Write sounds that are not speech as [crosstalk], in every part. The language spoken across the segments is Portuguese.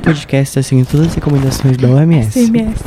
podcast está seguindo todas as recomendações da OMS. CMS.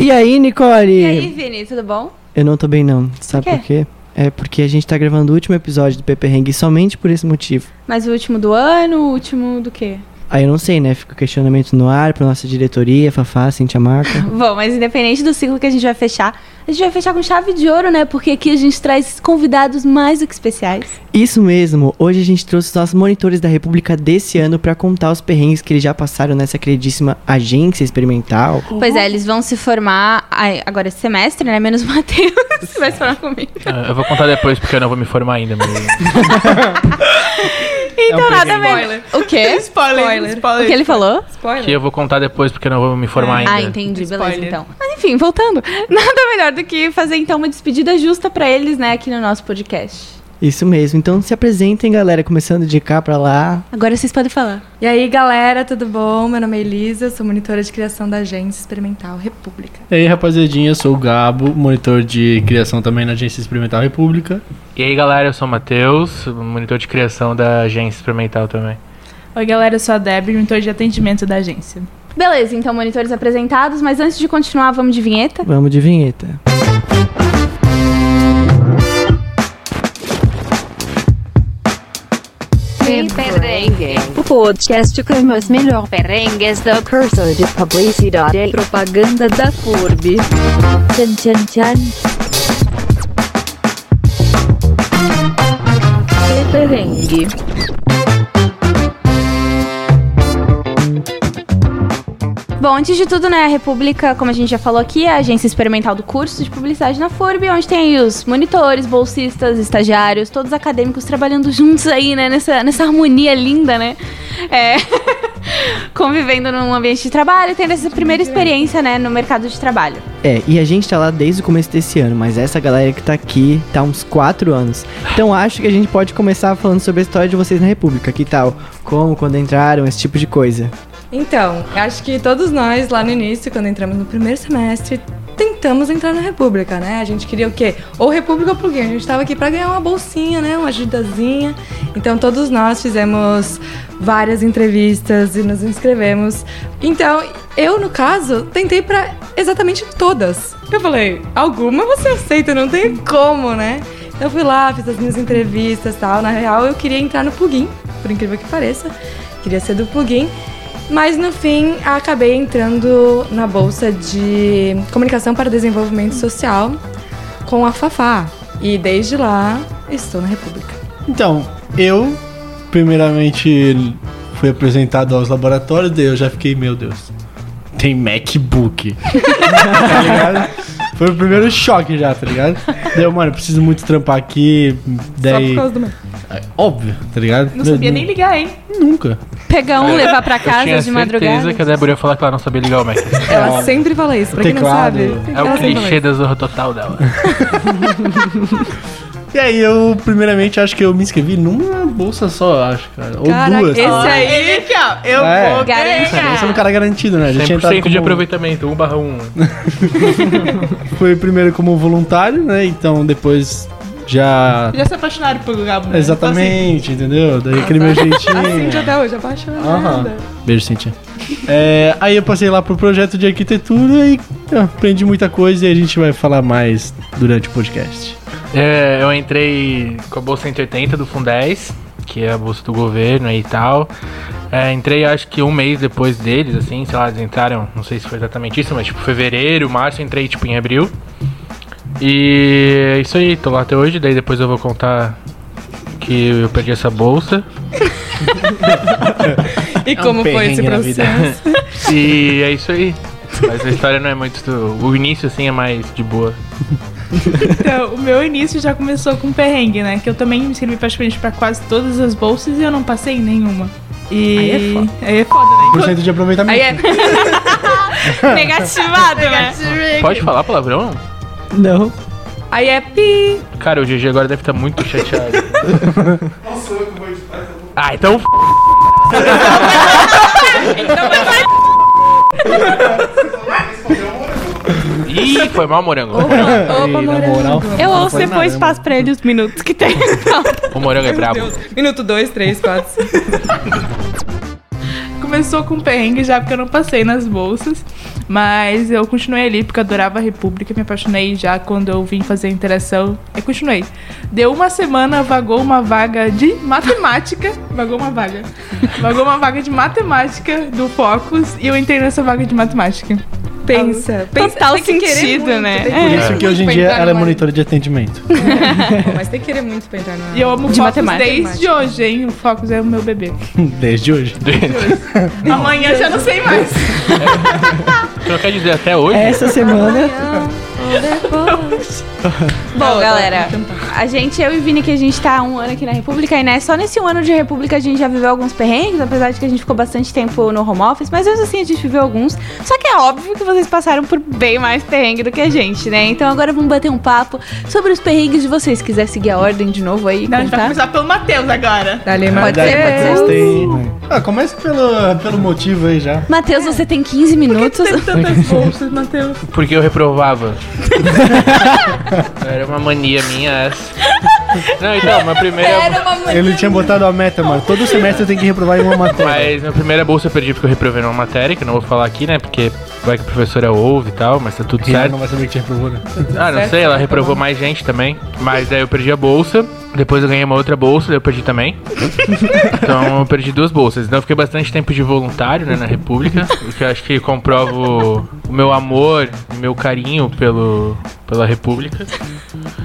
E aí, Nicole? E aí, Vini, tudo bom? Eu não tô bem, não. Sabe Por por quê? É porque a gente tá gravando o último episódio do Peperrengue somente por esse motivo. Mas o último do ano, o último do quê? Aí eu não sei, né? Fica o questionamento no ar pra nossa diretoria, Fafá, Cintia Marca. [laughs] Bom, mas independente do ciclo que a gente vai fechar, a gente vai fechar com chave de ouro, né? Porque aqui a gente traz convidados mais do que especiais. Isso mesmo, hoje a gente trouxe os nossos monitores da República desse ano pra contar os perrengues que eles já passaram nessa queridíssima agência experimental. Pois é, eles vão se formar ai, agora esse semestre, né? Menos o Matheus, que vai se formar comigo. É, Eu vou contar depois, porque eu não vou me formar [laughs] ainda. Mas... Então, nada pequeno melhor. O quê? Spoiler, É? spoiler. O que ele falou? que eu vou contar depois, porque eu não vou me formar ainda. Ah, entendi, beleza Spoiler. então. Mas enfim, voltando. [laughs] Nada melhor do que fazer então uma despedida justa pra eles, né, aqui no nosso podcast. Isso mesmo, então se apresentem, galera, começando de cá pra lá. Agora vocês podem falar. E aí, galera, tudo bom? Meu nome é Elisa, eu sou monitora de criação da Agência Experimental República. E aí, rapaziadinha, eu sou o Gabo, monitor de criação também na Agência Experimental República. E aí, galera, eu sou o Matheus, monitor de criação da agência experimental também. Oi, galera, eu sou a Deb, mentor de atendimento da agência. Beleza, então, monitores apresentados, mas antes de continuar, vamos de vinheta? Vamos de vinheta. Perengue. O podcast com os melhores perengues do curso de publicidade e propaganda da FURB. Tchan, tchan, tchan. é Perengue. Bom, antes de tudo, né, a República, como a gente já falou aqui, é a agência experimental do curso de publicidade na FURB, onde tem aí os monitores, bolsistas, estagiários, todos acadêmicos trabalhando juntos aí, né, nessa, nessa harmonia linda, né? É. [laughs] Convivendo num ambiente de trabalho, tendo essa primeira experiência, né, no mercado de trabalho. É, e a gente tá lá desde o começo desse ano, mas essa galera que tá aqui tá há uns 4 anos. Então acho que a gente pode começar falando sobre a história de vocês na República, que tal? Como, quando entraram, esse tipo de coisa. Então, eu acho que todos nós, lá no início, quando entramos no primeiro semestre, tentamos entrar na República, né? A gente queria o quê? Ou República ou plugin. A gente estava aqui para ganhar uma bolsinha, né? Uma ajudazinha. Então, todos nós fizemos várias entrevistas e nos inscrevemos. Então, eu, no caso, tentei para exatamente todas. Eu falei, alguma você aceita, não tem como, né? Eu fui lá, fiz as minhas entrevistas e tal. Na real, eu queria entrar no plugin, por incrível que pareça. Queria ser do plugin. Mas no fim, acabei entrando na bolsa de comunicação para desenvolvimento social com a Fafá. E desde lá, estou na República. Então, eu, primeiramente, fui apresentado aos laboratórios, daí eu já fiquei, meu Deus, tem MacBook. [laughs] tá ligado? Foi o primeiro choque já, tá ligado? Deu, mano, eu preciso muito trampar aqui. Só Daí. por causa do meu. É, Óbvio, tá ligado? Não sabia nem ligar, hein? Nunca. Pegar um, levar pra É, eu tinha casa de madrugada. certeza que a Débora ia falar que ela não [laughs] sabia ligar o Mac. Ela sempre fala isso, pra quem não teclado. sabe. É o ela sempre fala clichê da zorra total dela. E aí, eu, primeiramente, acho que eu me inscrevi numa bolsa só, acho, cara. Ou Caraca, duas. esse tá aí- Ele aqui, ó. Eu É. vou Garante. ganhar. Eu sou um cara garantido, né? Já 100% tinha entrado de como- aproveitamento, 1 barra 1. Foi primeiro como voluntário, né? Então depois já. Já se apaixonaram pelo Gabo. né? Exatamente, entendeu? Daí aquele meu isso. Tipo assim, A Cindy jeitinho. tá até hoje, apaixonada. Aham. Beijo, Cintia. É, aí eu passei lá pro projeto de arquitetura e eu aprendi muita coisa e a gente vai falar mais durante o podcast. É, eu entrei com a bolsa 180 do Fundez, que é a bolsa do governo e tal. É, entrei acho que um mês depois deles, assim, sei lá, eles entraram, não sei se foi exatamente isso, mas tipo fevereiro, março, eu entrei tipo em abril. E é isso aí, tô lá até hoje, daí depois eu vou contar que eu perdi essa bolsa. E como foi esse processo? E é isso aí. Mas a história não é muito. do- O início assim é mais de boa. [laughs] Então, o meu início já começou com um perrengue, né? Que eu também me inscrevi praticamente pra quase todas as bolsas e eu não passei em nenhuma. E... Aí é foda. Aí é foda, né? Por cento de aproveitamento. [laughs] Aí é... [laughs] Negativado, né? Pode falar palavrão? Não. Aí é pi. Cara, o GG agora deve estar muito chateado. ah, então f... Ih, foi mal, morango. E, na moral, Eu ouço foi depois nada, né? passo pra ele os minutos que tem. O morango é brabo. Minuto 2, 3, 4. [laughs] começou com perrengue já, porque eu não passei nas bolsas. Mas eu continuei ali, porque eu adorava a República, me apaixonei já quando eu vim fazer a interação. E continuei. Deu uma semana, vagou uma vaga de matemática. Vagou uma vaga. Vagou uma vaga de matemática do Focus e eu entrei nessa vaga de matemática. Pensa, pensa. Total tem que querer sentido, muito, né? tem que É. Por querer isso que muito hoje em pra dia entrar ela é numa- monitora de atendimento. [laughs] Pô, Mas tem que querer muito pra entrar na... É. E eu amo o De Focus matemática. desde hoje, hein? O Focus é o meu bebê. Desde hoje. Amanhã eu já não sei mais. Só quer dizer, até hoje, Essa semana. Bom, galera, a gente, eu e Vini, que a gente tá há um ano aqui na República, e né, só nesse um ano de República a gente já viveu alguns perrengues, apesar de que a gente ficou bastante tempo no home office, mas mesmo assim a gente viveu alguns. Só que é óbvio que vocês passaram por bem mais perrengue do que a gente, né? Então agora vamos bater um papo sobre os perrengues de vocês. Se quiser seguir a ordem de novo aí, Não, a gente tá vai contar. começar pelo Matheus agora. Dali, Na mas... verdade, ser. Matheus tem- Ah, começa pelo, pelo motivo aí já. Matheus, você tem 15 minutos. [laughs] Tem tantas bolsas, Matheus. porque eu reprovava. Era uma mania minha essa. Não, então, minha primeira. Ele tinha botado a meta, mano. Todo semestre tem que reprovar em uma matéria. Mas minha primeira bolsa eu perdi porque eu reprovei numa matéria, que eu não vou falar aqui, né? Porque vai que a professora ouve e tal, mas tá tudo Ele certo. não vai saber que te reprovou, né? Ah, não sei, ela reprovou mais gente também. Mas daí eu perdi a bolsa. Depois eu ganhei uma outra bolsa, daí eu perdi também. [laughs] então eu perdi duas bolsas. Então eu fiquei bastante tempo de voluntário, né, na República. O que eu acho que comprova o- o meu amor, o meu carinho pelo, pela República.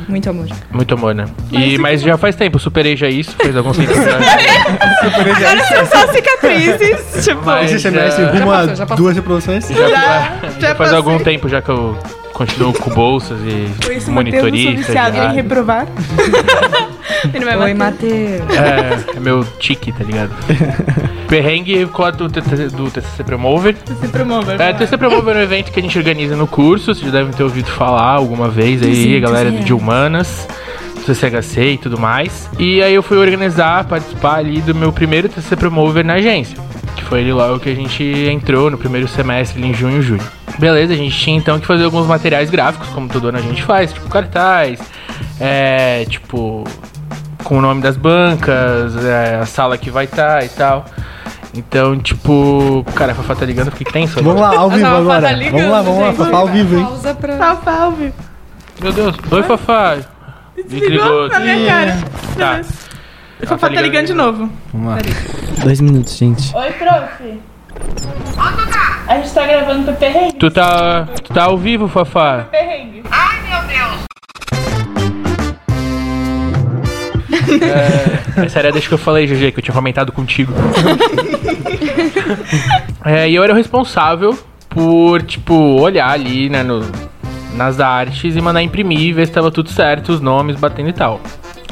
Muito amor. Muito amor, né? E, mas já faz tempo, eu superei já é isso, fez alguns tempos [laughs] já. Só cicatrizes. tipo, Mas, Esse semestre, ah, uma, passou, já passou. duas reprovações. já, Já- já já faz algum passei. tempo já que eu continuo com bolsas Por e isso, Matheus, eu sou monitorista. viciado em estagiário. [laughs] reprovar. ele vai Oi, bater. Matheus. É, é meu tique, tá ligado? Perrengue com a do, TT do TCC Promover. Se promova. É, TCC Promover é um evento que a gente organiza no curso, vocês já devem ter ouvido falar alguma vez aí, a galera de Humanas, do CCHC e tudo mais. E aí eu fui organizar, participar ali do meu primeiro TCC Promover na agência, que foi ali logo que a gente entrou no primeiro semestre, ali em junho e julho. Beleza, a gente tinha então que fazer alguns materiais gráficos, como todo ano a gente faz, tipo cartaz, é, tipo com o nome das bancas, é, a sala que vai estar e tal. Então, tipo, cara, a Fafá tá ligando, eu fiquei tenso. agora. Vamos lá, ao vivo tava agora. ligando, Vamos lá, vamos lá, gente. Fafá ao vivo, hein? Pausa pra... Tá. Salve, Meu Deus. Oi, Fafá. Desligou na minha cara. Tá. né? O Fafá tá ligando de novo. Vamos lá. Dois minutos, gente. Oi, prof. A gente tá gravando pro perrengue? Tu tá, tu tá ao vivo, Fafá? Perrengue. É, Essa era desde que eu falei, GG, que eu tinha comentado contigo. É, e eu era o responsável por, tipo, olhar ali, né, no- nas artes e mandar imprimir, ver se tava tudo certo, os nomes batendo e tal.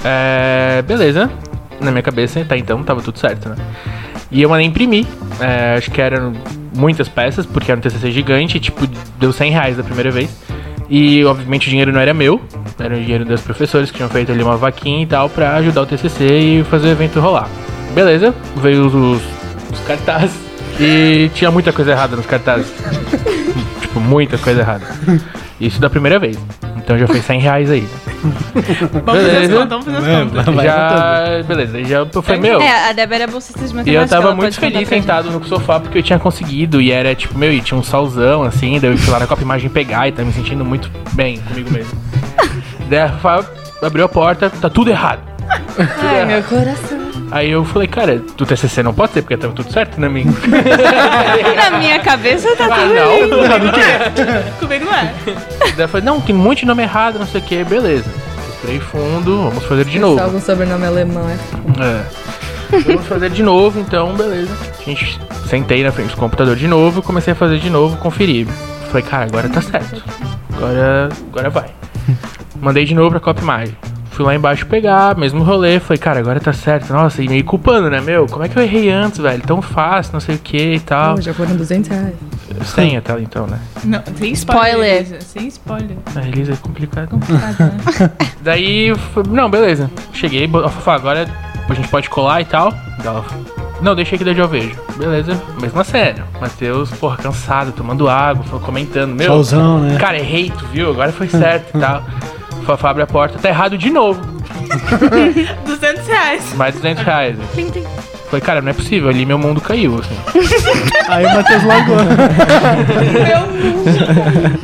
É, beleza. Na minha cabeça, tá então, tava tudo certo, né? E eu mandei imprimir. é, acho que eram muitas peças, porque era um TCC gigante, tipo, deu 100 reais da primeira vez. E, obviamente, o dinheiro não era meu, era o dinheiro dos professores que tinham feito ali uma vaquinha e tal pra ajudar o TCC e fazer o evento rolar. Beleza, veio os, os, os cartazes e tinha muita coisa errada nos cartazes. [laughs] tipo, muita coisa errada. Isso da primeira vez. Então já foi 100 [laughs] reais aí. Vamos fazer as Beleza. contas, vamos fazer assim. as contas. Vai já, beleza, aí já eu falei, meu. É, a Débora é bolsista de E matemática. eu tava ela muito pode contar feliz pra gente. [laughs] sentado no sofá porque eu tinha conseguido. E era tipo, meu, e tinha um solzão assim. Daí eu fui lá na Copa Imagem pegar e tava me sentindo muito bem comigo [laughs] mesmo. daí a Rafa abriu a porta, tá tudo errado. Ai, meu coração. Aí eu falei, cara, do TCC não pode ser porque tava tudo certo, né, mim? Na minha cabeça tá ah, tudo não. Comigo não é. daí eu falei, não, tem um monte de nome errado, não sei o que, beleza. Respirei fundo, vamos fazer de novo. Só algum um sobrenome alemão, é? É. Vamos fazer de novo, então, beleza. A gente sentei na frente do computador de novo, comecei a fazer de novo, conferi. Falei, cara, agora tá certo. Agora, agora vai. Mandei de novo pra Copa Imagem. Fui lá embaixo pegar, mesmo rolê. Falei, cara, agora tá certo. Nossa, e me culpando, né, meu? Como é que eu errei antes, velho? Tão fácil, não sei o que e tal. Oh, já foram 200 reais. Sem até lá, então, né? Não, sem Spoiler. spoiler. Elisa, Sem spoiler. A Elisa é complicado. Nada, [laughs] né? Daí, eu fa- não, beleza. Cheguei, bo- Fafá, agora a gente pode colar e tal. Ela, Não, deixa que daí eu vejo. Beleza, mesma cena. Matheus, porra, cansado, tomando água, falou- comentando. Meu, Solzão, né? cara, errei, tu viu? Agora foi certo e tal. Fafá abre a porta, tá errado de novo. 200 reais. Mais 200 reais. Falei, cara, não é possível, ali meu mundo caiu, assim. Aí o Matheus [laughs] largou.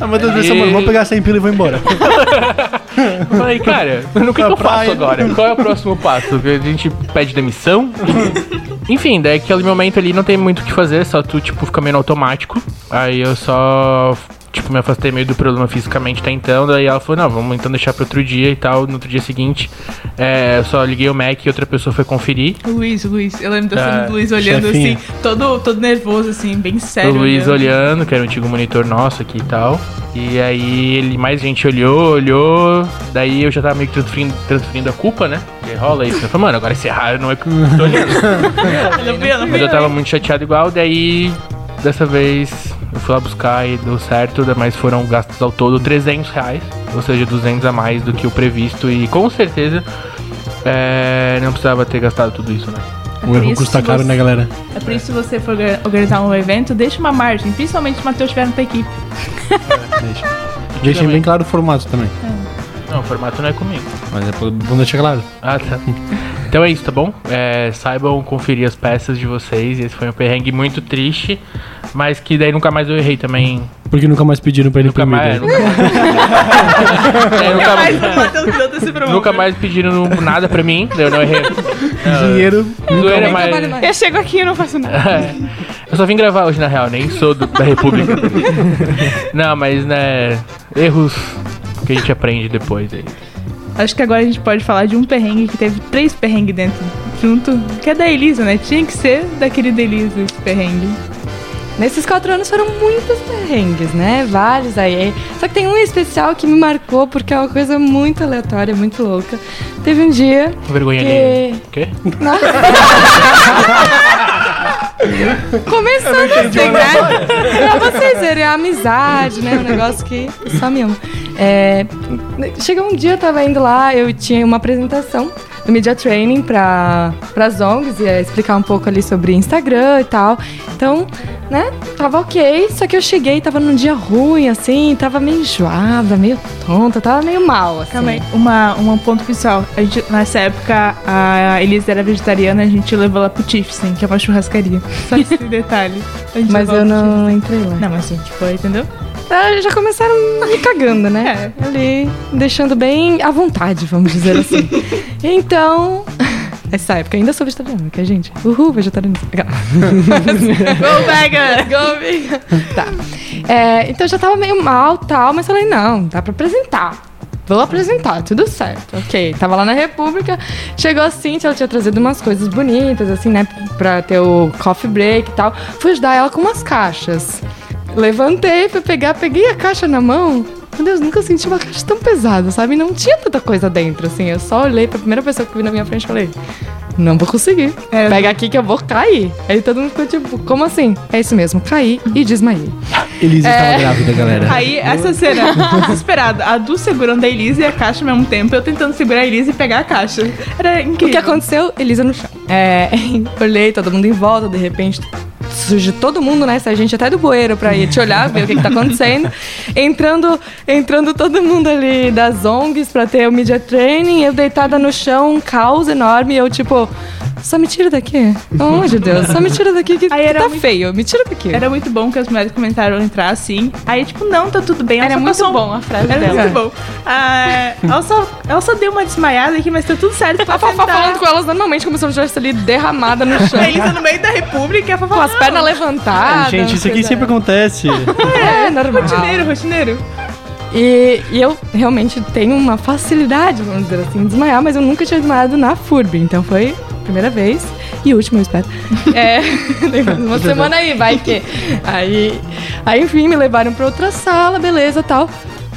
Aí o Matheus disse, mano, vou pegar 100 pila e vou embora. Eu Falei, cara, no que, que eu faço praia. agora? Qual é o próximo passo? Que A gente pede demissão? Enfim, daí aquele momento ali não tem muito o que fazer, só tu, tipo, fica meio no automático. Aí eu só, tipo, me afastei meio do problema fisicamente até então. Daí ela falou, não, vamos então deixar pra outro dia e tal. No outro dia seguinte, é, eu só liguei o Mac e outra pessoa foi conferir. Luiz, Luiz. Eu lembro da cena Ah, do Luiz olhando chefinho. assim, todo, todo nervoso, assim, bem sério. o Luiz olhando, que era o antigo monitor nosso aqui e tal. E aí ele mais gente olhou, olhou. Daí eu já tava meio que transferindo, transferindo a culpa, né? Porque rola isso. Eu falei, mano, agora esse raio não é que eu tô olhando. Olha bem, olha Mas eu tá- bem. tava muito chateado igual, daí dessa vez eu fui lá buscar e deu certo, mas foram gastos ao todo 300 reais, ou seja, 200 a mais do que o previsto e com certeza é, não precisava ter gastado tudo isso, né? O erro custa caro, né, galera? É por isso que você for orga- organizar um evento, deixa uma margem, principalmente se o Matheus tiver na tua equipe. Deixa. Deixem bem claro o formato também. Não, o formato não é comigo. Mas é pra- bom deixar claro. Ah, tá. Então é isso, tá bom? É, saibam conferir as peças de vocês. Esse foi um perrengue muito triste, mas que daí nunca mais eu errei também. Porque nunca mais pediram pra ele Nunca imprimir. mais. né? Nunca mais. É, nunca mais. Mas [laughs] o Matheus criou esse problema. Nunca mais pediram nada pra mim, daí eu não errei. [laughs] Dinheiro. Zoeira, mas- trabalho mais. Eu chego aqui e não faço nada. Eu só vim gravar hoje, na real, nem sou do- da [laughs] República. não, mas, né, erros que a gente aprende depois aí. [laughs] Acho que agora a gente pode falar de um perrengue que teve três perrengues dentro junto, que é da Elisa, né? Tinha que ser da querida Elisa esse perrengue. Nesses quatro anos foram muitos perrengues, né? Vários aí. Só que tem um em especial que me marcou porque é uma coisa muito aleatória, muito louca. Teve um dia. Vergonha Que- ali. O quê? Começando assim, né? Pra vocês verem a amizade, né? Um negócio que só me ama. É, chegou um dia, eu tava indo lá, eu tinha uma apresentação do Media Training pra, pras ONGs, ia explicar um pouco ali sobre Instagram e tal. Então, né, tava ok, só que eu cheguei, tava num dia ruim, assim, tava meio enjoada, meio tonta, tava meio mal, assim. Também, uma, um ponto pessoal. A gente, nessa época, a Elisa era vegetariana, a gente levou ela pro Tifsen, que é uma churrascaria. Só esse detalhe. A gente Mas levou eu ela pro não entrei lá. Chifres. Não, mas a gente foi, entendeu? Ah, já começaram me cagando, [laughs] né? Ali, deixando bem à vontade, vamos dizer [laughs] assim. então, essa época ainda sou vegetariana, que a gente. Uhul, vegetarianismo. [laughs] Legal. Go vegan! [laughs] Go vegan. Tá. É, então já tava meio mal tal, mas falei, não, dá pra apresentar. Vou apresentar, tudo certo. Ok, tava lá na República, chegou a Cintia, ela tinha trazido umas coisas bonitas, assim, né, pra ter o coffee break e tal. Fui ajudar ela com umas caixas. Levantei, fui pegar, peguei a caixa na mão. Meu Deus, nunca senti uma caixa tão pesada, sabe? Não tinha tanta coisa dentro, assim. Eu só olhei pra primeira pessoa que vi na minha frente e falei: Não vou conseguir. É, Pega aqui que eu vou cair. Aí todo mundo ficou tipo: Como assim? É isso mesmo, caí e desmaiei. Elisa estava grávida, galera. Aí, essa cena, desesperada, a Du segurando a Elisa e a caixa ao mesmo tempo, eu tentando segurar a Elisa e pegar a caixa. Era O que incrível. aconteceu? Elisa no chão. É, [laughs] olhei, todo mundo em volta, de repente surge todo mundo, né? Essa gente até do bueiro pra ir te olhar, ver o que, que tá acontecendo. Entrando, entrando todo mundo ali das ONGs pra ter o media training, eu deitada no chão, um caos enorme, eu tipo. Só me tira daqui. Pelo amor de Deus, só me tira daqui que, Aí que era tá muito- feio. Me tira daqui. Era muito bom que as mulheres comentaram entrar assim. Aí, tipo, não, tá tudo bem. Ela Era só muito passou um- bom a frase Era dela. muito bom. Ah, ela, só, ela só deu uma desmaiada aqui, mas tá tudo certo. A pode Fafá sentar. falando com elas normalmente, como se eu estivesse ali derramada no chão. A Elisa no meio da república, a Fafá Com as "Não, pernas levantadas. Gente, isso aqui coisa- sempre acontece. É, normal. Rotineiro, rotineiro. E, e eu realmente tenho uma facilidade, vamos dizer assim, em desmaiar, mas eu nunca tinha desmaiado na FURB. Então foi a primeira vez e última, eu espero. É, [laughs] tem mais uma semana aí, vai que. Aí, aí, enfim, me levaram pra outra sala, beleza tal.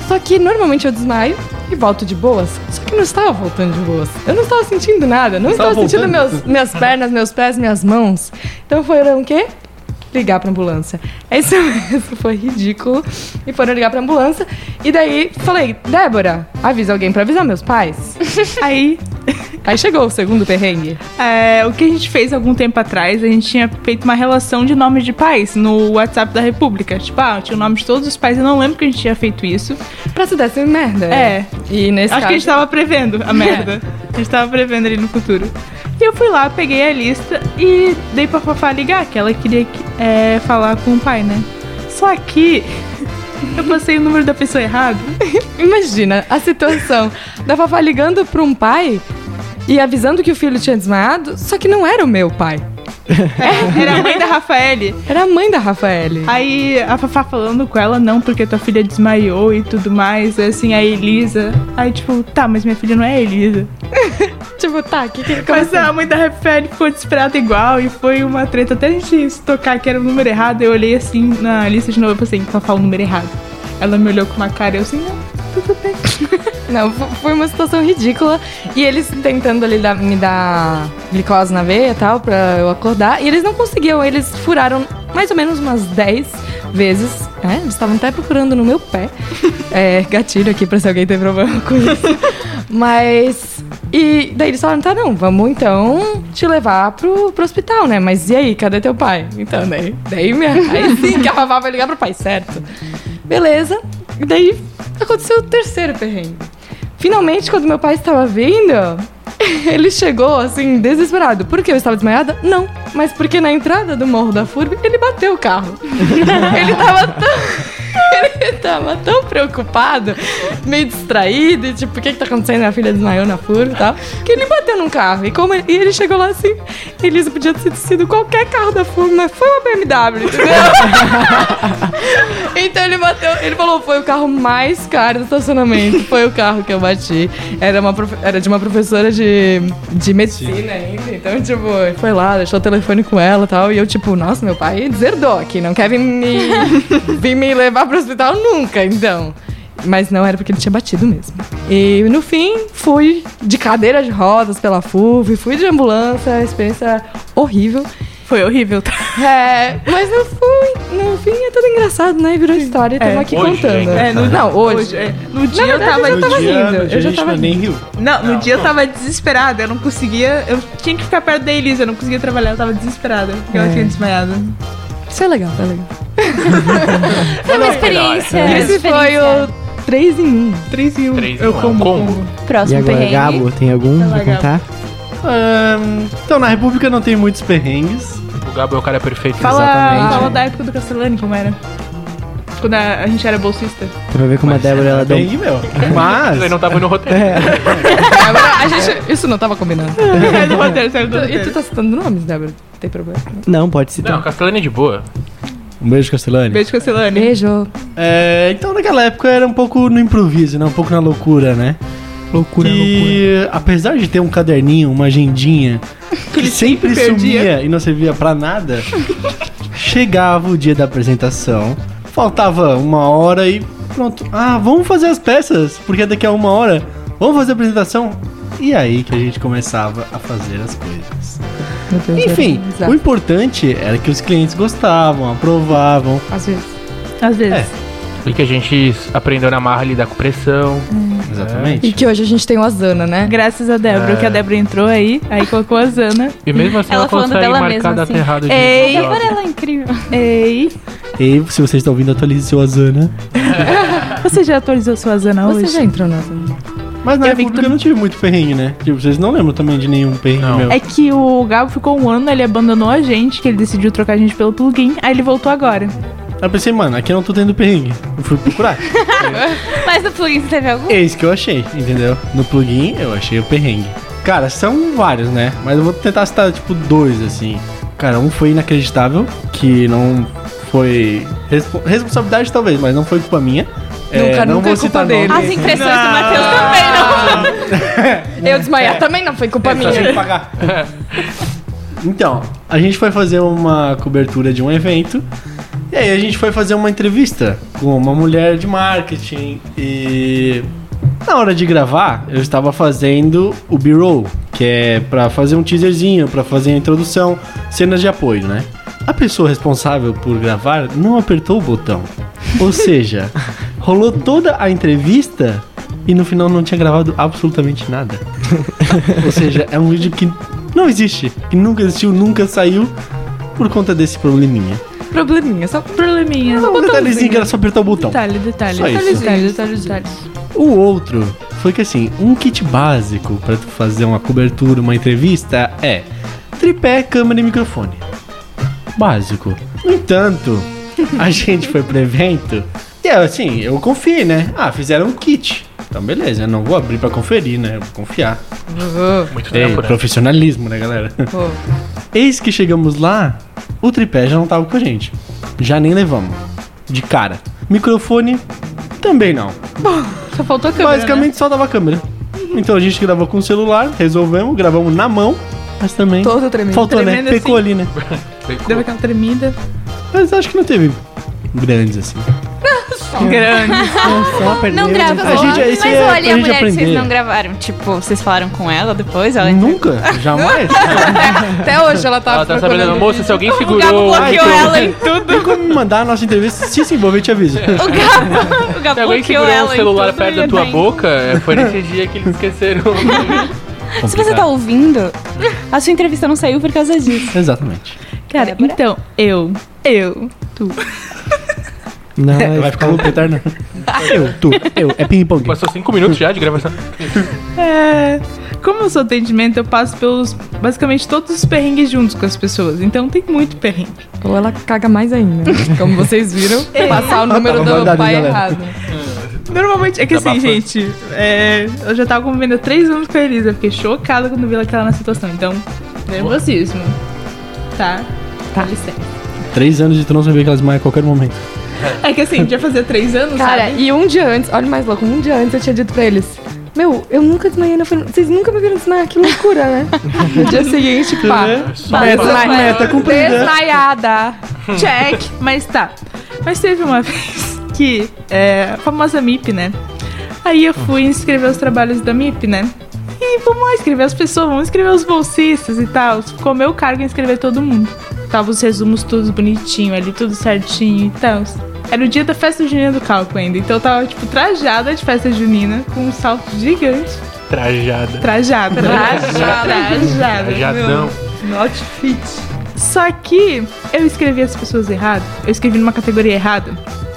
Só que normalmente eu desmaio e volto de boas. Só que eu não estava voltando de boas. Eu não estava sentindo nada. Não Estava estava sentindo meus, minhas pernas, meus pés, minhas mãos. Então foram o quê? ligar pra ambulância. É isso mesmo, foi ridículo. E foram ligar pra ambulância. E daí falei, Débora, avisa alguém pra avisar meus [laughs] pais. Aí, Aí chegou o segundo perrengue. é, o que a gente fez algum tempo atrás, a gente tinha feito uma relação de nomes de pais no WhatsApp da República. Tipo, ah, tinha o nome de todos os pais, eu não lembro que a gente tinha feito isso. Pra se desse merda. É. E nesse Acho que a gente caso- tava prevendo a merda. A gente tava prevendo ali no futuro. E eu fui lá, peguei a lista e dei pra Fafá ligar, que ela queria que- é, falar com o pai, né? Só que [laughs] eu passei o número da pessoa errado. tá- Imagina a situação da Fafá ligando pra um pai e avisando que o filho tinha desmaiado, só que não era o meu pai. Era a mãe da Rafaele. Era a mãe da Rafaele. Aí a Fafá falando com ela, não, porque tua filha desmaiou e tudo mais, assim, a Elisa. Aí, tipo, tá, mas minha filha não é a Elisa. Tipo, tá, o que que como Mas assim? a mãe da Rafaele ficou desesperada igual e foi uma treta. Até a gente se tocar que era o número errado, eu olhei assim na lista de novo e pensei, Fafá, o número errado. Ela me olhou com uma cara, eu assim, não. Não, fo- foi uma situação ridícula. E eles tentando ali dar- me dar glicose na veia e tal, pra eu acordar. E eles não conseguiam, eles furaram mais ou menos umas 10 vezes. né? Eles estavam até procurando no meu pé. É, gatilho aqui pra se alguém tem problema com isso. Mas. E daí eles falaram, tá, não, vamos então te levar pro, pro hospital, né? Mas e aí, cadê teu pai? Então, daí, daí minha, aí sim que a babá vai ligar pro pai, certo? Beleza. E daí aconteceu o terceiro perrengue. Finalmente, quando meu pai estava vindo, [laughs] ele chegou assim, desesperado. Por que eu estava desmaiada? Não. Mas porque na entrada do Morro da Furb, ele bateu o carro. ele estava tão. Ele tava tão preocupado, meio distraído, e tipo, o que que tá acontecendo? A filha desmaiou na Furb e tal. Que ele bateu num carro. E, como ele, e ele chegou lá assim, Elisa podia ter sido qualquer carro da Furb, mas foi uma BMW, entendeu? Então ele bateu, ele falou, foi o carro mais caro do estacionamento. Foi o carro que eu bati. Era, uma, profe- era de uma professora de, de medicina ainda. Então, tipo, foi lá, deixou o telefone com ela e tal. E eu, tipo, nossa, meu pai deserdou aqui. Não quer vir me, vir me levar pro hospital nunca, então. Mas não era porque ele tinha batido mesmo. E no fim, fui de cadeira de rodas pela FUV, fui de ambulância, experiência horrível. Foi horrível, tá? É, mas no fim, no fim é tudo engraçado, né? Virou história e estamos aqui Hoje é contando. engraçado. É, no- não, hoje. é. No dia verdade, eu tava. assim, eu já tava rindo, eu já a gente tava não nem riu. Não, no dia eu tava desesperada, eu não conseguia. Eu tinha que ficar perto da Elisa, eu não conseguia trabalhar, eu tava desesperada. Porque ela É. tinha desmaiado. Isso é legal, é legal. Foi uma experiência. Esse foi experiência. o 3 em 1. 3 e 1. Três em eu um, é um combo, combo. combo. E próximo agora, perrengue. Gabo, tem algum Vai lá, pra Gabo. contar? Ahn, então, na República não tem muitos perrengues. O Gabo é o cara perfeito. Fala, Exatamente. fala da época do Castellani, como era? Quando a, a gente era bolsista. Dá pra ver como a Débora, ela deu... um Perrengue, meu. [laughs] Ele Mas, não tava no roteiro. Agora, a gente. Isso não tava combinando. Saiu do roteiro, saiu do E É. tu roteiro. tá citando nomes, Débora? Não tem problema. Não, pode então. Não, citar. Castellani é de boa. um beijo, Castellani. Beijo, Castellani. Beijo. É, então naquela época era um pouco no improviso, né? Um pouco na loucura, né? Loucura, e apesar de ter um caderninho, uma agendinha, [laughs] que ele sempre, sempre perdia. sumia e não servia [laughs] pra nada, chegava o dia da apresentação, faltava uma hora e pronto. Ah, vamos fazer as peças, porque daqui a uma hora vamos fazer a apresentação. E aí que a gente começava a fazer as coisas. Meu Deus, Enfim, era o bizarro. importante era que os clientes gostavam, aprovavam. Às vezes. Às vezes. E que a gente aprendeu na marra a lidar com pressão. Ah. Exatamente. E que hoje a gente tem o Azana, né? É. Graças a Débora, É. que a Débora entrou aí, aí colocou a Zana. E mesmo assim Ela ela, falando consegue dela marcar mesma, da assim. errada de Ei, idiota. Agora ela é incrível. Ei, É. E se você está ouvindo, atualize seu Azana. você já atualizou sua Zana Você hoje? já entrou no Azana. Mas na Eu vi que República eu não tive muito perrengue, né? Tipo, vocês não lembram também de nenhum perrengue Não. meu. É que o Gabo ficou um ano, ele abandonou a gente, que ele decidiu trocar a gente pelo plugin, aí ele voltou agora. Aí eu pensei, mano, aqui eu não tô tendo perrengue. Eu fui [laughs] procurar. Mas no plugin você teve algum? Eis que eu achei, entendeu? No plugin eu achei o perrengue. Cara, são vários, né? Mas eu vou tentar citar, tipo, dois, assim. Cara, um foi inacreditável, que não foi. respo- Responsabilidade talvez, mas não foi culpa minha. Nunca, não nunca vou é culpa citar dele. nomes. As impressões do Matheus também não. Eu desmaiar também não foi culpa Só tinha que minha. pagar. [laughs] então, a gente foi fazer uma cobertura de um evento. E aí a gente foi fazer uma entrevista com uma mulher de marketing e na hora de gravar, eu estava fazendo o B-roll, que é pra fazer um teaserzinho, pra fazer a introdução, cenas de apoio, né? A pessoa responsável por gravar não apertou o botão. Ou seja, rolou toda a entrevista e no final não tinha gravado absolutamente nada. Ou seja, é um vídeo que não existe, que nunca existiu, nunca saiu por conta desse probleminha. Probleminha, só Probleminha. Um detalhezinho que era só apertar o botão. Detalhe, detalhe. Só isso. Detalhe, detalhe, detalhe. O outro foi que assim, um kit básico pra tu fazer uma cobertura, uma entrevista é tripé, câmera e microfone. Básico. No entanto, a [laughs] gente foi pro evento e eu, assim, eu confiei, né? Ah, fizeram um kit. Então beleza, eu não vou abrir pra conferir, né? Eu vou confiar. Muito Ei, tempo, né? É profissionalismo, né, galera? [laughs] Eis que chegamos lá, o tripé já não tava com a gente. Já nem levamos. De cara. Microfone, também não. Só faltou câmera. Basicamente só dava câmera. Então a gente gravou com o celular, resolvemos, gravamos na mão, mas também. Todo tremendo. Faltou, Tremendo né? Pecou assim. ali, né? Deu aquela tremida. Mas acho que não teve grandes assim. É. Grande. Só perdeu, Não né? gravou. A gente- mas isso é pra olha a gente mulher que vocês aprender. não gravaram. Tipo, vocês falaram com ela depois? Ela [laughs] Nunca? Jamais? Até hoje ela tava Ela tá sabendo, procurando moça, se alguém O Gabo segurou. bloqueou então. ela [laughs] em tudo. Tem como me mandar a nossa entrevista? Se se envolver, eu [laughs] te aviso. O Gabo, o Gabo Se alguém bloqueou segurou ela o em celular tudo perto e da tua bem. boca, é, foi nesse dia que eles esqueceram. Se você tá ouvindo, a sua entrevista não saiu por causa disso. Exatamente. Cara, Débora? então, eu. Eu. Não, É, vai ficar louco eterno. Eu, tu, eu. É ping-pong. Passou cinco minutos já de gravação. É. Como eu sou atendimento, eu passo pelos basicamente todos os perrengues juntos com as pessoas. Então tem muito perrengue. Ou ela caga mais ainda. né? Como vocês viram, passar o número Tava do guardado, pai galera. errado. Normalmente, é que assim, Desabafo. gente, é, eu já tava convivendo há três anos com a Elisa. Eu fiquei chocada quando vi ela aquela na situação. Então, nervosismo. Tá? Tá. licença. Três anos de trans, eu ver que elas maiam a qualquer momento. É que assim, já fazia três anos, Cara, sabe? e um dia antes, olha o mais louco, um dia antes eu tinha dito pra eles. Meu, eu nunca desmaiei na frente. Vocês nunca me viram desmaiar, que loucura, [laughs] né? No dia seguinte, pá. Né? Meta, Desmaia- meta cumprida. Desmaiada. [laughs] Check, mas tá. Mas teve uma [laughs] vez que é, a famosa MIP, né? Aí eu fui inscrever os trabalhos da MIP, né? E vamos lá inscrever as pessoas, vamos inscrever os bolsistas e tal. Ficou meu cargo em inscrever todo mundo. Tava os resumos todos bonitinho ali, tudo certinho e tal. Era o dia da festa junina do cálculo ainda. Então eu tava, tipo, trajada de festa junina, com um salto gigante. Trajada. Trajada. né? Trajada. Trajada. Trajadão. No outfit. Só que eu escrevi as pessoas errado. Eu escrevi numa categoria errada.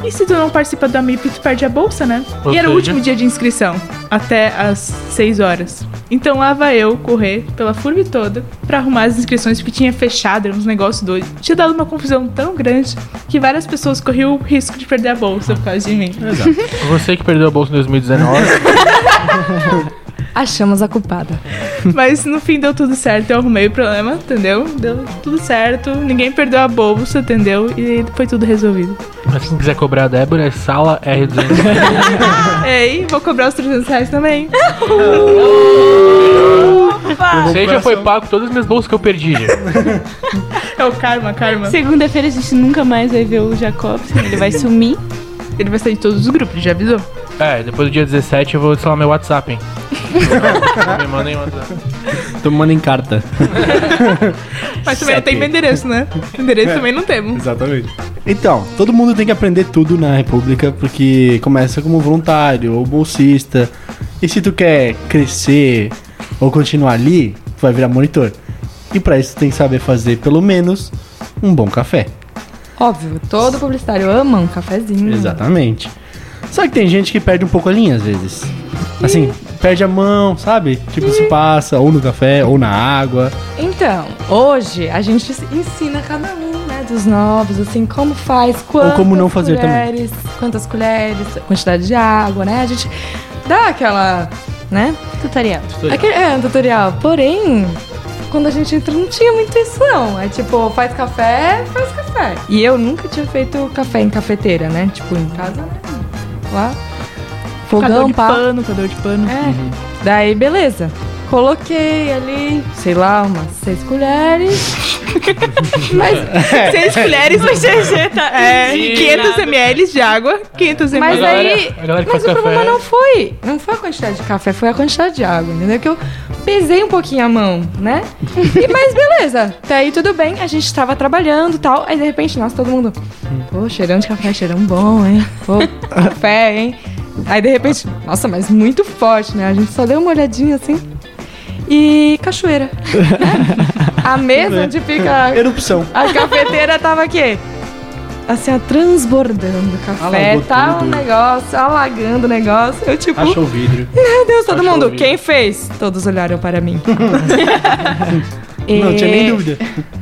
E se tu não participa da MIP, tu perde a bolsa, né? Ou e era o seja- último dia de inscrição. Até as 6 horas. Então lá vai eu correr pela FURB toda pra arrumar as inscrições porque tinha fechado, era uns negócios doidos. Tinha dado uma confusão tão grande que várias pessoas corriam o risco de perder a bolsa por causa de mim. Você que perdeu a bolsa em 2019. Achamos a culpada. Mas no fim deu tudo certo, eu arrumei o problema, entendeu? Deu tudo certo, ninguém perdeu a bolsa, entendeu? E foi tudo resolvido. Mas quem quiser cobrar a Débora, é sala R200. Ei, vou cobrar os 300 reais também. Você já foi pago todas as minhas bolsas que eu perdi, gente. É o karma, karma. Segunda-feira a gente nunca mais vai ver o Jacobson, ele vai sumir. Ele vai sair de todos os grupos, já avisou? É, depois do dia 17 eu vou instalar meu WhatsApp, hein. Me mandem um WhatsApp. Tomando em carta. [laughs] Mas também não tem meu endereço, né? Endereço também não temos. Exatamente. Então, todo mundo tem que aprender tudo na República, porque começa como voluntário ou bolsista. E se tu quer crescer ou continuar ali, tu vai virar monitor. E pra isso tu tem que saber fazer pelo menos um bom café. Óbvio, todo publicitário ama um cafezinho. Exatamente. Só que tem gente que perde um pouco a linha às vezes. Assim, perde a mão, sabe? Tipo, Hum. se passa ou no café ou na água. Então, hoje a gente ensina cada um, né, dos novos, assim, como faz, quantas como não fazer colheres, também. quantas colheres, quantidade de água, né? A gente dá aquela, né? Tutorial. Aquele, é, um tutorial. Porém, quando a gente entrou, não tinha muito isso, não. É tipo, faz café, faz café. E eu nunca tinha feito café em cafeteira, né? Tipo, em casa, né? Lá. Cador Fogão, de pá. pano, cador de pano. É. Daí, beleza. Coloquei ali, sei lá, umas seis colheres. mas, Seis colheres, uma gorjeta. tá, É, Sim. 500 ml de água, 500 ml. mas a galera- aí. a galera que mas faz o problema café- não foi. Não foi a quantidade de café, foi a quantidade de água, entendeu? Que eu pesei um pouquinho a mão, [laughs] né? E, mas beleza. Até aí tudo bem, a gente tava trabalhando e tal. Aí de repente, nossa, todo mundo. Pô, cheirão de café, cheirão bom, hein? [laughs] Pô, café, hein? Aí de repente, nossa, mas muito forte, né? A gente só deu uma olhadinha assim. E cachoeira. né? [laughs] a mesa onde fica Erupção. a cafeteira tava aqui. assim, ó, transbordando café. Alagou tá um tudo. negócio, alagando o negócio. Eu, tipo, Acha o vidro. meu Deus, todo Achou mundo, horrível. quem fez? Todos olharam para mim. [laughs] [laughs] É. Não tinha nem E- dúvida.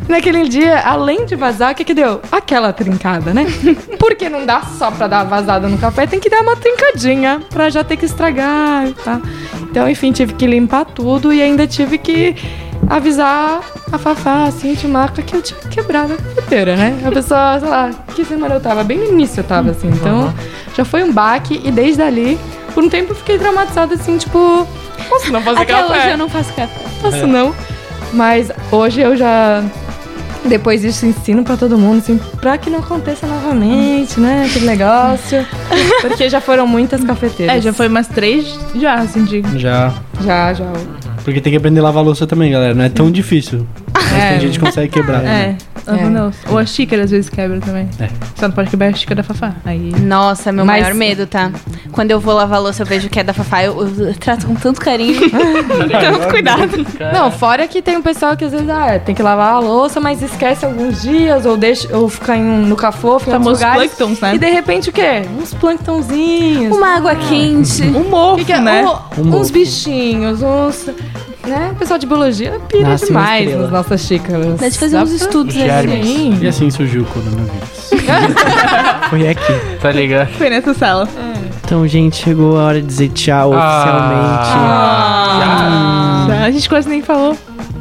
Naquele dia, além de vazar, o que que deu? Aquela trincada, né? Porque não dá só pra dar vazada no café, tem que dar uma trincadinha pra já ter que estragar e tá? Então, enfim, tive que limpar tudo e ainda tive que avisar a Fafá, assim, de marca que eu tinha quebrado a cafeteira, né? A pessoa, sei lá, que semana eu tava? Bem no início eu tava, assim. Então, já foi um baque e desde ali, por um tempo eu fiquei traumatizada, assim, tipo... Posso não fazer Até café? hoje eu não faço café. faço não. Mas hoje eu já depois disso ensino pra todo mundo assim, para que não aconteça novamente, né, aquele [laughs] negócio. Porque já foram muitas cafeteiras. É. É, já foi umas três já, assim, de Já. Já, já. Porque tem que aprender a lavar a louça também, galera. Não é tão difícil. Mas tem gente que consegue quebrar. É, né? lavando a louça. Ou a xícara às vezes quebra também. É. Só não pode quebrar a xícara da Fafá. Aí. Nossa, meu Mas- maior medo, tá? Quando eu vou lavar a louça, eu vejo que é da Fafá, eu, eu trato com tanto [laughs] carinho. tanto cuidado. Não, fora que tem um pessoal que às vezes ah, tem que lavar a louça, mas esquece alguns dias ou deixa ou fica em um, no cafofo, em outros Famosos lugares. plankton, né? E de repente o quê? Uns planktonzinhos. Uma água quente. Um morro, Que que é? né? Um- Um uns mofo. bichinhos, uns. Né? Pessoal de biologia pira Nasce uma demais estrela. nas nossas xícaras. Nós fazemos Dá pra- estudos Germes. assim. E assim surgiu o [laughs] coronavírus. Foi aqui. Tá ligado? Foi nessa sala. Então, gente, chegou a hora de dizer tchau Ah. oficialmente. Ah. Hum, A gente quase nem falou.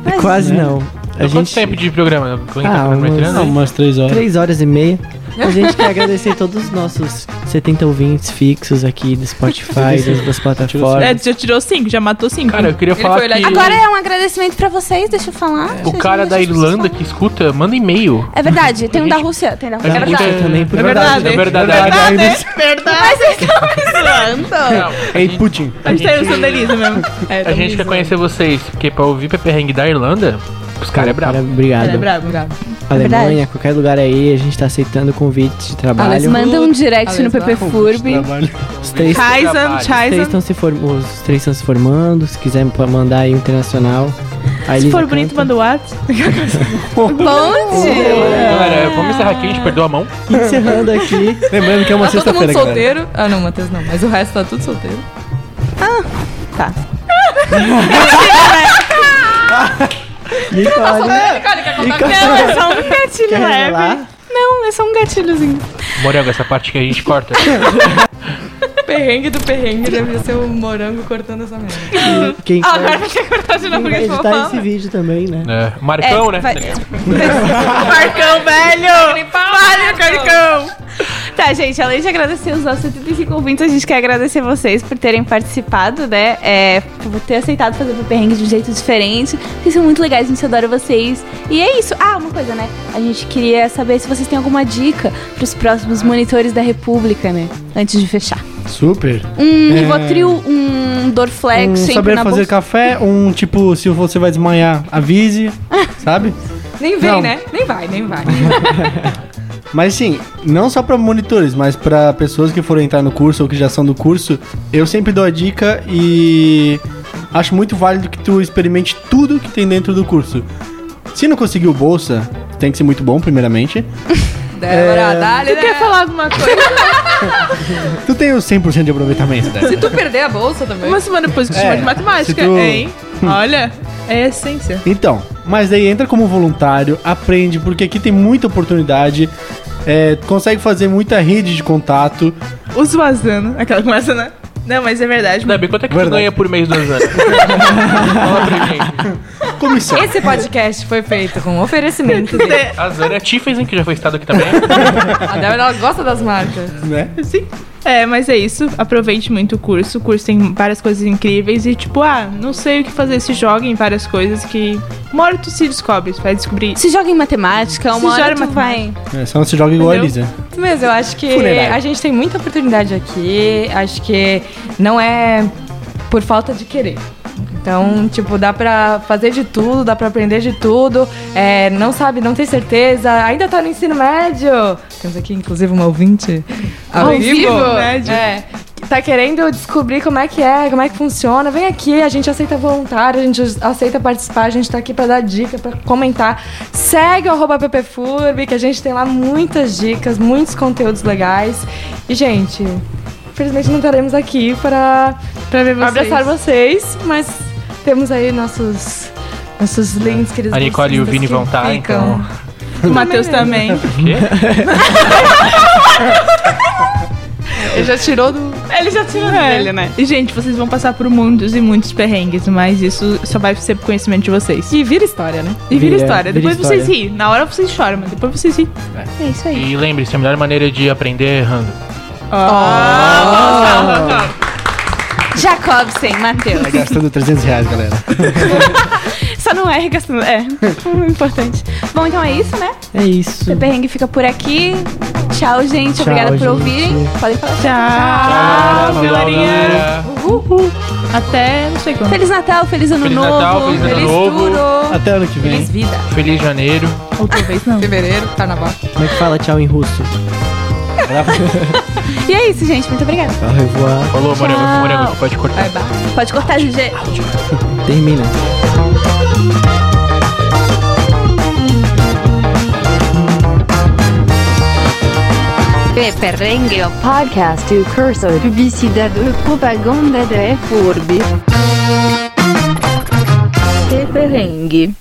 É Quase não. A Quanto gente. tempo de programa? Ah, umas- Não, umas três horas. Três horas e meia. A gente quer agradecer todos os nossos 70 ouvintes fixos aqui do Spotify, [laughs] das, das É, plataformas. já tirou cinco, já matou cinco. Cara, eu queria falar foi olhar que Agora é um agradecimento pra vocês, deixa eu falar. o cara da Irlanda que escuta, manda e-mail. É verdade, tem um da Gente, Rússia, tem da É Rússia. muita- também, por é verdade. É verdade. Mas vocês estão me É zoando. Ei, [laughs] Putin. A gente tá usando a Elisa mesmo. É, A tamo gente quer usando. conhecer vocês, porque pra ouvir Peperrengue da Irlanda, os caras é brabo. Obrigado. né? Ela é brava. Alemanha, verdade. qualquer lugar aí, a gente tá aceitando convite de trabalho. Alemanha. Manda um direct Alex, no PP Furby. Trabalho. Os três, os Kaizen, três Chaizen. estão se form... Os três estão se formando. Se quiser pra mandar aí internacional. Aí Se for bonito, manda o WhatsApp. Bom dia. é Galera, vamos encerrar aqui, a gente perdeu a mão. Encerrando aqui. Lembrando que é uma Tá todo mundo sexta-feira, galera. solteiro. Ah, não, Matheus não. Mas o resto tá tudo solteiro. Tá. Tá Nicole, É só um gatilho quer leve. revelar? Não, é só um gatilhozinho. Morango, essa parte que a gente corta. Perrengue do perrengue devia ser o morango cortando essa merda. E Quem Ah, for- agora vai ter que cortar de novo quem vai porque eu tô editar esse falando. vídeo também, né? É, Marcão, É, né? vai- Marcão, velho! Para, Marcão! Tá, gente, além de agradecer os nossos 75 ouvintes, a gente quer agradecer vocês por terem participado, né? É, por ter aceitado fazer o perrengue de um jeito diferente. Vocês são muito legais, a gente adora vocês. E é isso. Ah, uma coisa, né? A gente queria saber se vocês têm alguma dica pros próximos monitores da República, né? Antes de fechar. Super. Um É. Rivotril, um É Dorflex, Um sempre saber na fazer bolsa. café, um tipo, se você vai desmanhar, [laughs] avise, sabe? Nem vem, Não. né? Nem vai, nem vai. Mas sim, não só pra monitores, mas pra pessoas que foram entrar no curso ou que já são do curso, eu sempre dou a dica e acho muito válido que tu experimente tudo que tem dentro do curso. Se não conseguiu bolsa, tem que ser muito bom, primeiramente. Débora, dá-lhe, Tu quer né? falar alguma coisa? Tu tem os 100% de aproveitamento, né? Se tu perder a bolsa também. Uma semana positiva É, de matemática, se tu- hein? Olha, é a essência. Então, mas daí entra como voluntário, aprende, porque aqui tem muita oportunidade, é, consegue fazer muita rede de contato. Os vazando. Aquela começa, né? Não, mas é verdade. Dabi, quanto é que tu Verdade. ganha por mês dos anos? [laughs] Fala pra gente. Comissão. Esse podcast foi feito com oferecimento dele. A Zana Tiffensen, é que já foi estado aqui também. A Débora, ela gosta das marcas. né? Sim. É, mas é isso. Aproveite muito o curso. O curso tem várias coisas incríveis. E tipo, ah, não sei o que fazer. Se joga em várias coisas que... Uma hora tu se descobre. Vai descobrir. Se joga em matemática, uma Se hora joga em tu vai... É, só não se joga igual a Elisa. Entendeu? Isso mesmo, eu acho que Funerário. a gente tem muita oportunidade aqui. Acho que não é por falta de querer. Então, tipo, dá pra fazer de tudo, dá pra aprender de tudo. É, não sabe, não tem certeza. Ainda tá no ensino médio. Temos aqui, inclusive, uma ouvinte. Ao vivo? Médio. É. tá querendo descobrir como é que é, como é que funciona, vem aqui, a gente aceita voluntário, a gente aceita participar, a gente tá aqui pra dar dica, pra comentar. Segue o arroba ppfurb, que a gente tem lá muitas dicas, muitos conteúdos legais. E, gente, infelizmente não estaremos aqui para Pra ver vocês. abraçar vocês, mas temos aí nossos, nossos lindos queridos. A Nicole e o bolsistas Vini que vão estar, ficam. então. O Matheus também. Quê? [laughs] Ele já tirou do. Ele já tirou dele, né? E, gente, vocês vão passar por muitos e muitos perrengues, mas isso só vai ser pro conhecimento de vocês. E vira história, né? E vira Vira- história. vira Depois vocês história. riem. Na hora vocês choram, mas depois vocês riem. É isso aí. E lembre-se, a melhor maneira de aprender é errando. Jacobsen, Matheus. Tá gastando 300 reais, galera. Só não erre gastando. É, [laughs] importante. Bom, então é isso, né? É isso. O perrengue fica por aqui. Tchau, gente. Tchau, Obrigada por gente. ouvirem. Podem falar tchau. Tchau, galerinha. Até não sei quando. Feliz Natal, feliz Ano Feliz Novo. Natal, feliz Ano Novo. tudo. Até ano que vem. Feliz vida. Feliz janeiro. Ou talvez não. Fevereiro, carnaval. Como é que fala tchau em russo? E é isso, gente. Muito obrigada. Au revoir. Falou, Morango. Tchau. Morango, pode cortar. Pode cortar, Juju. Termina. Peperengue, o é podcast do curso de publicidade e é propaganda da FURB. Peperengue.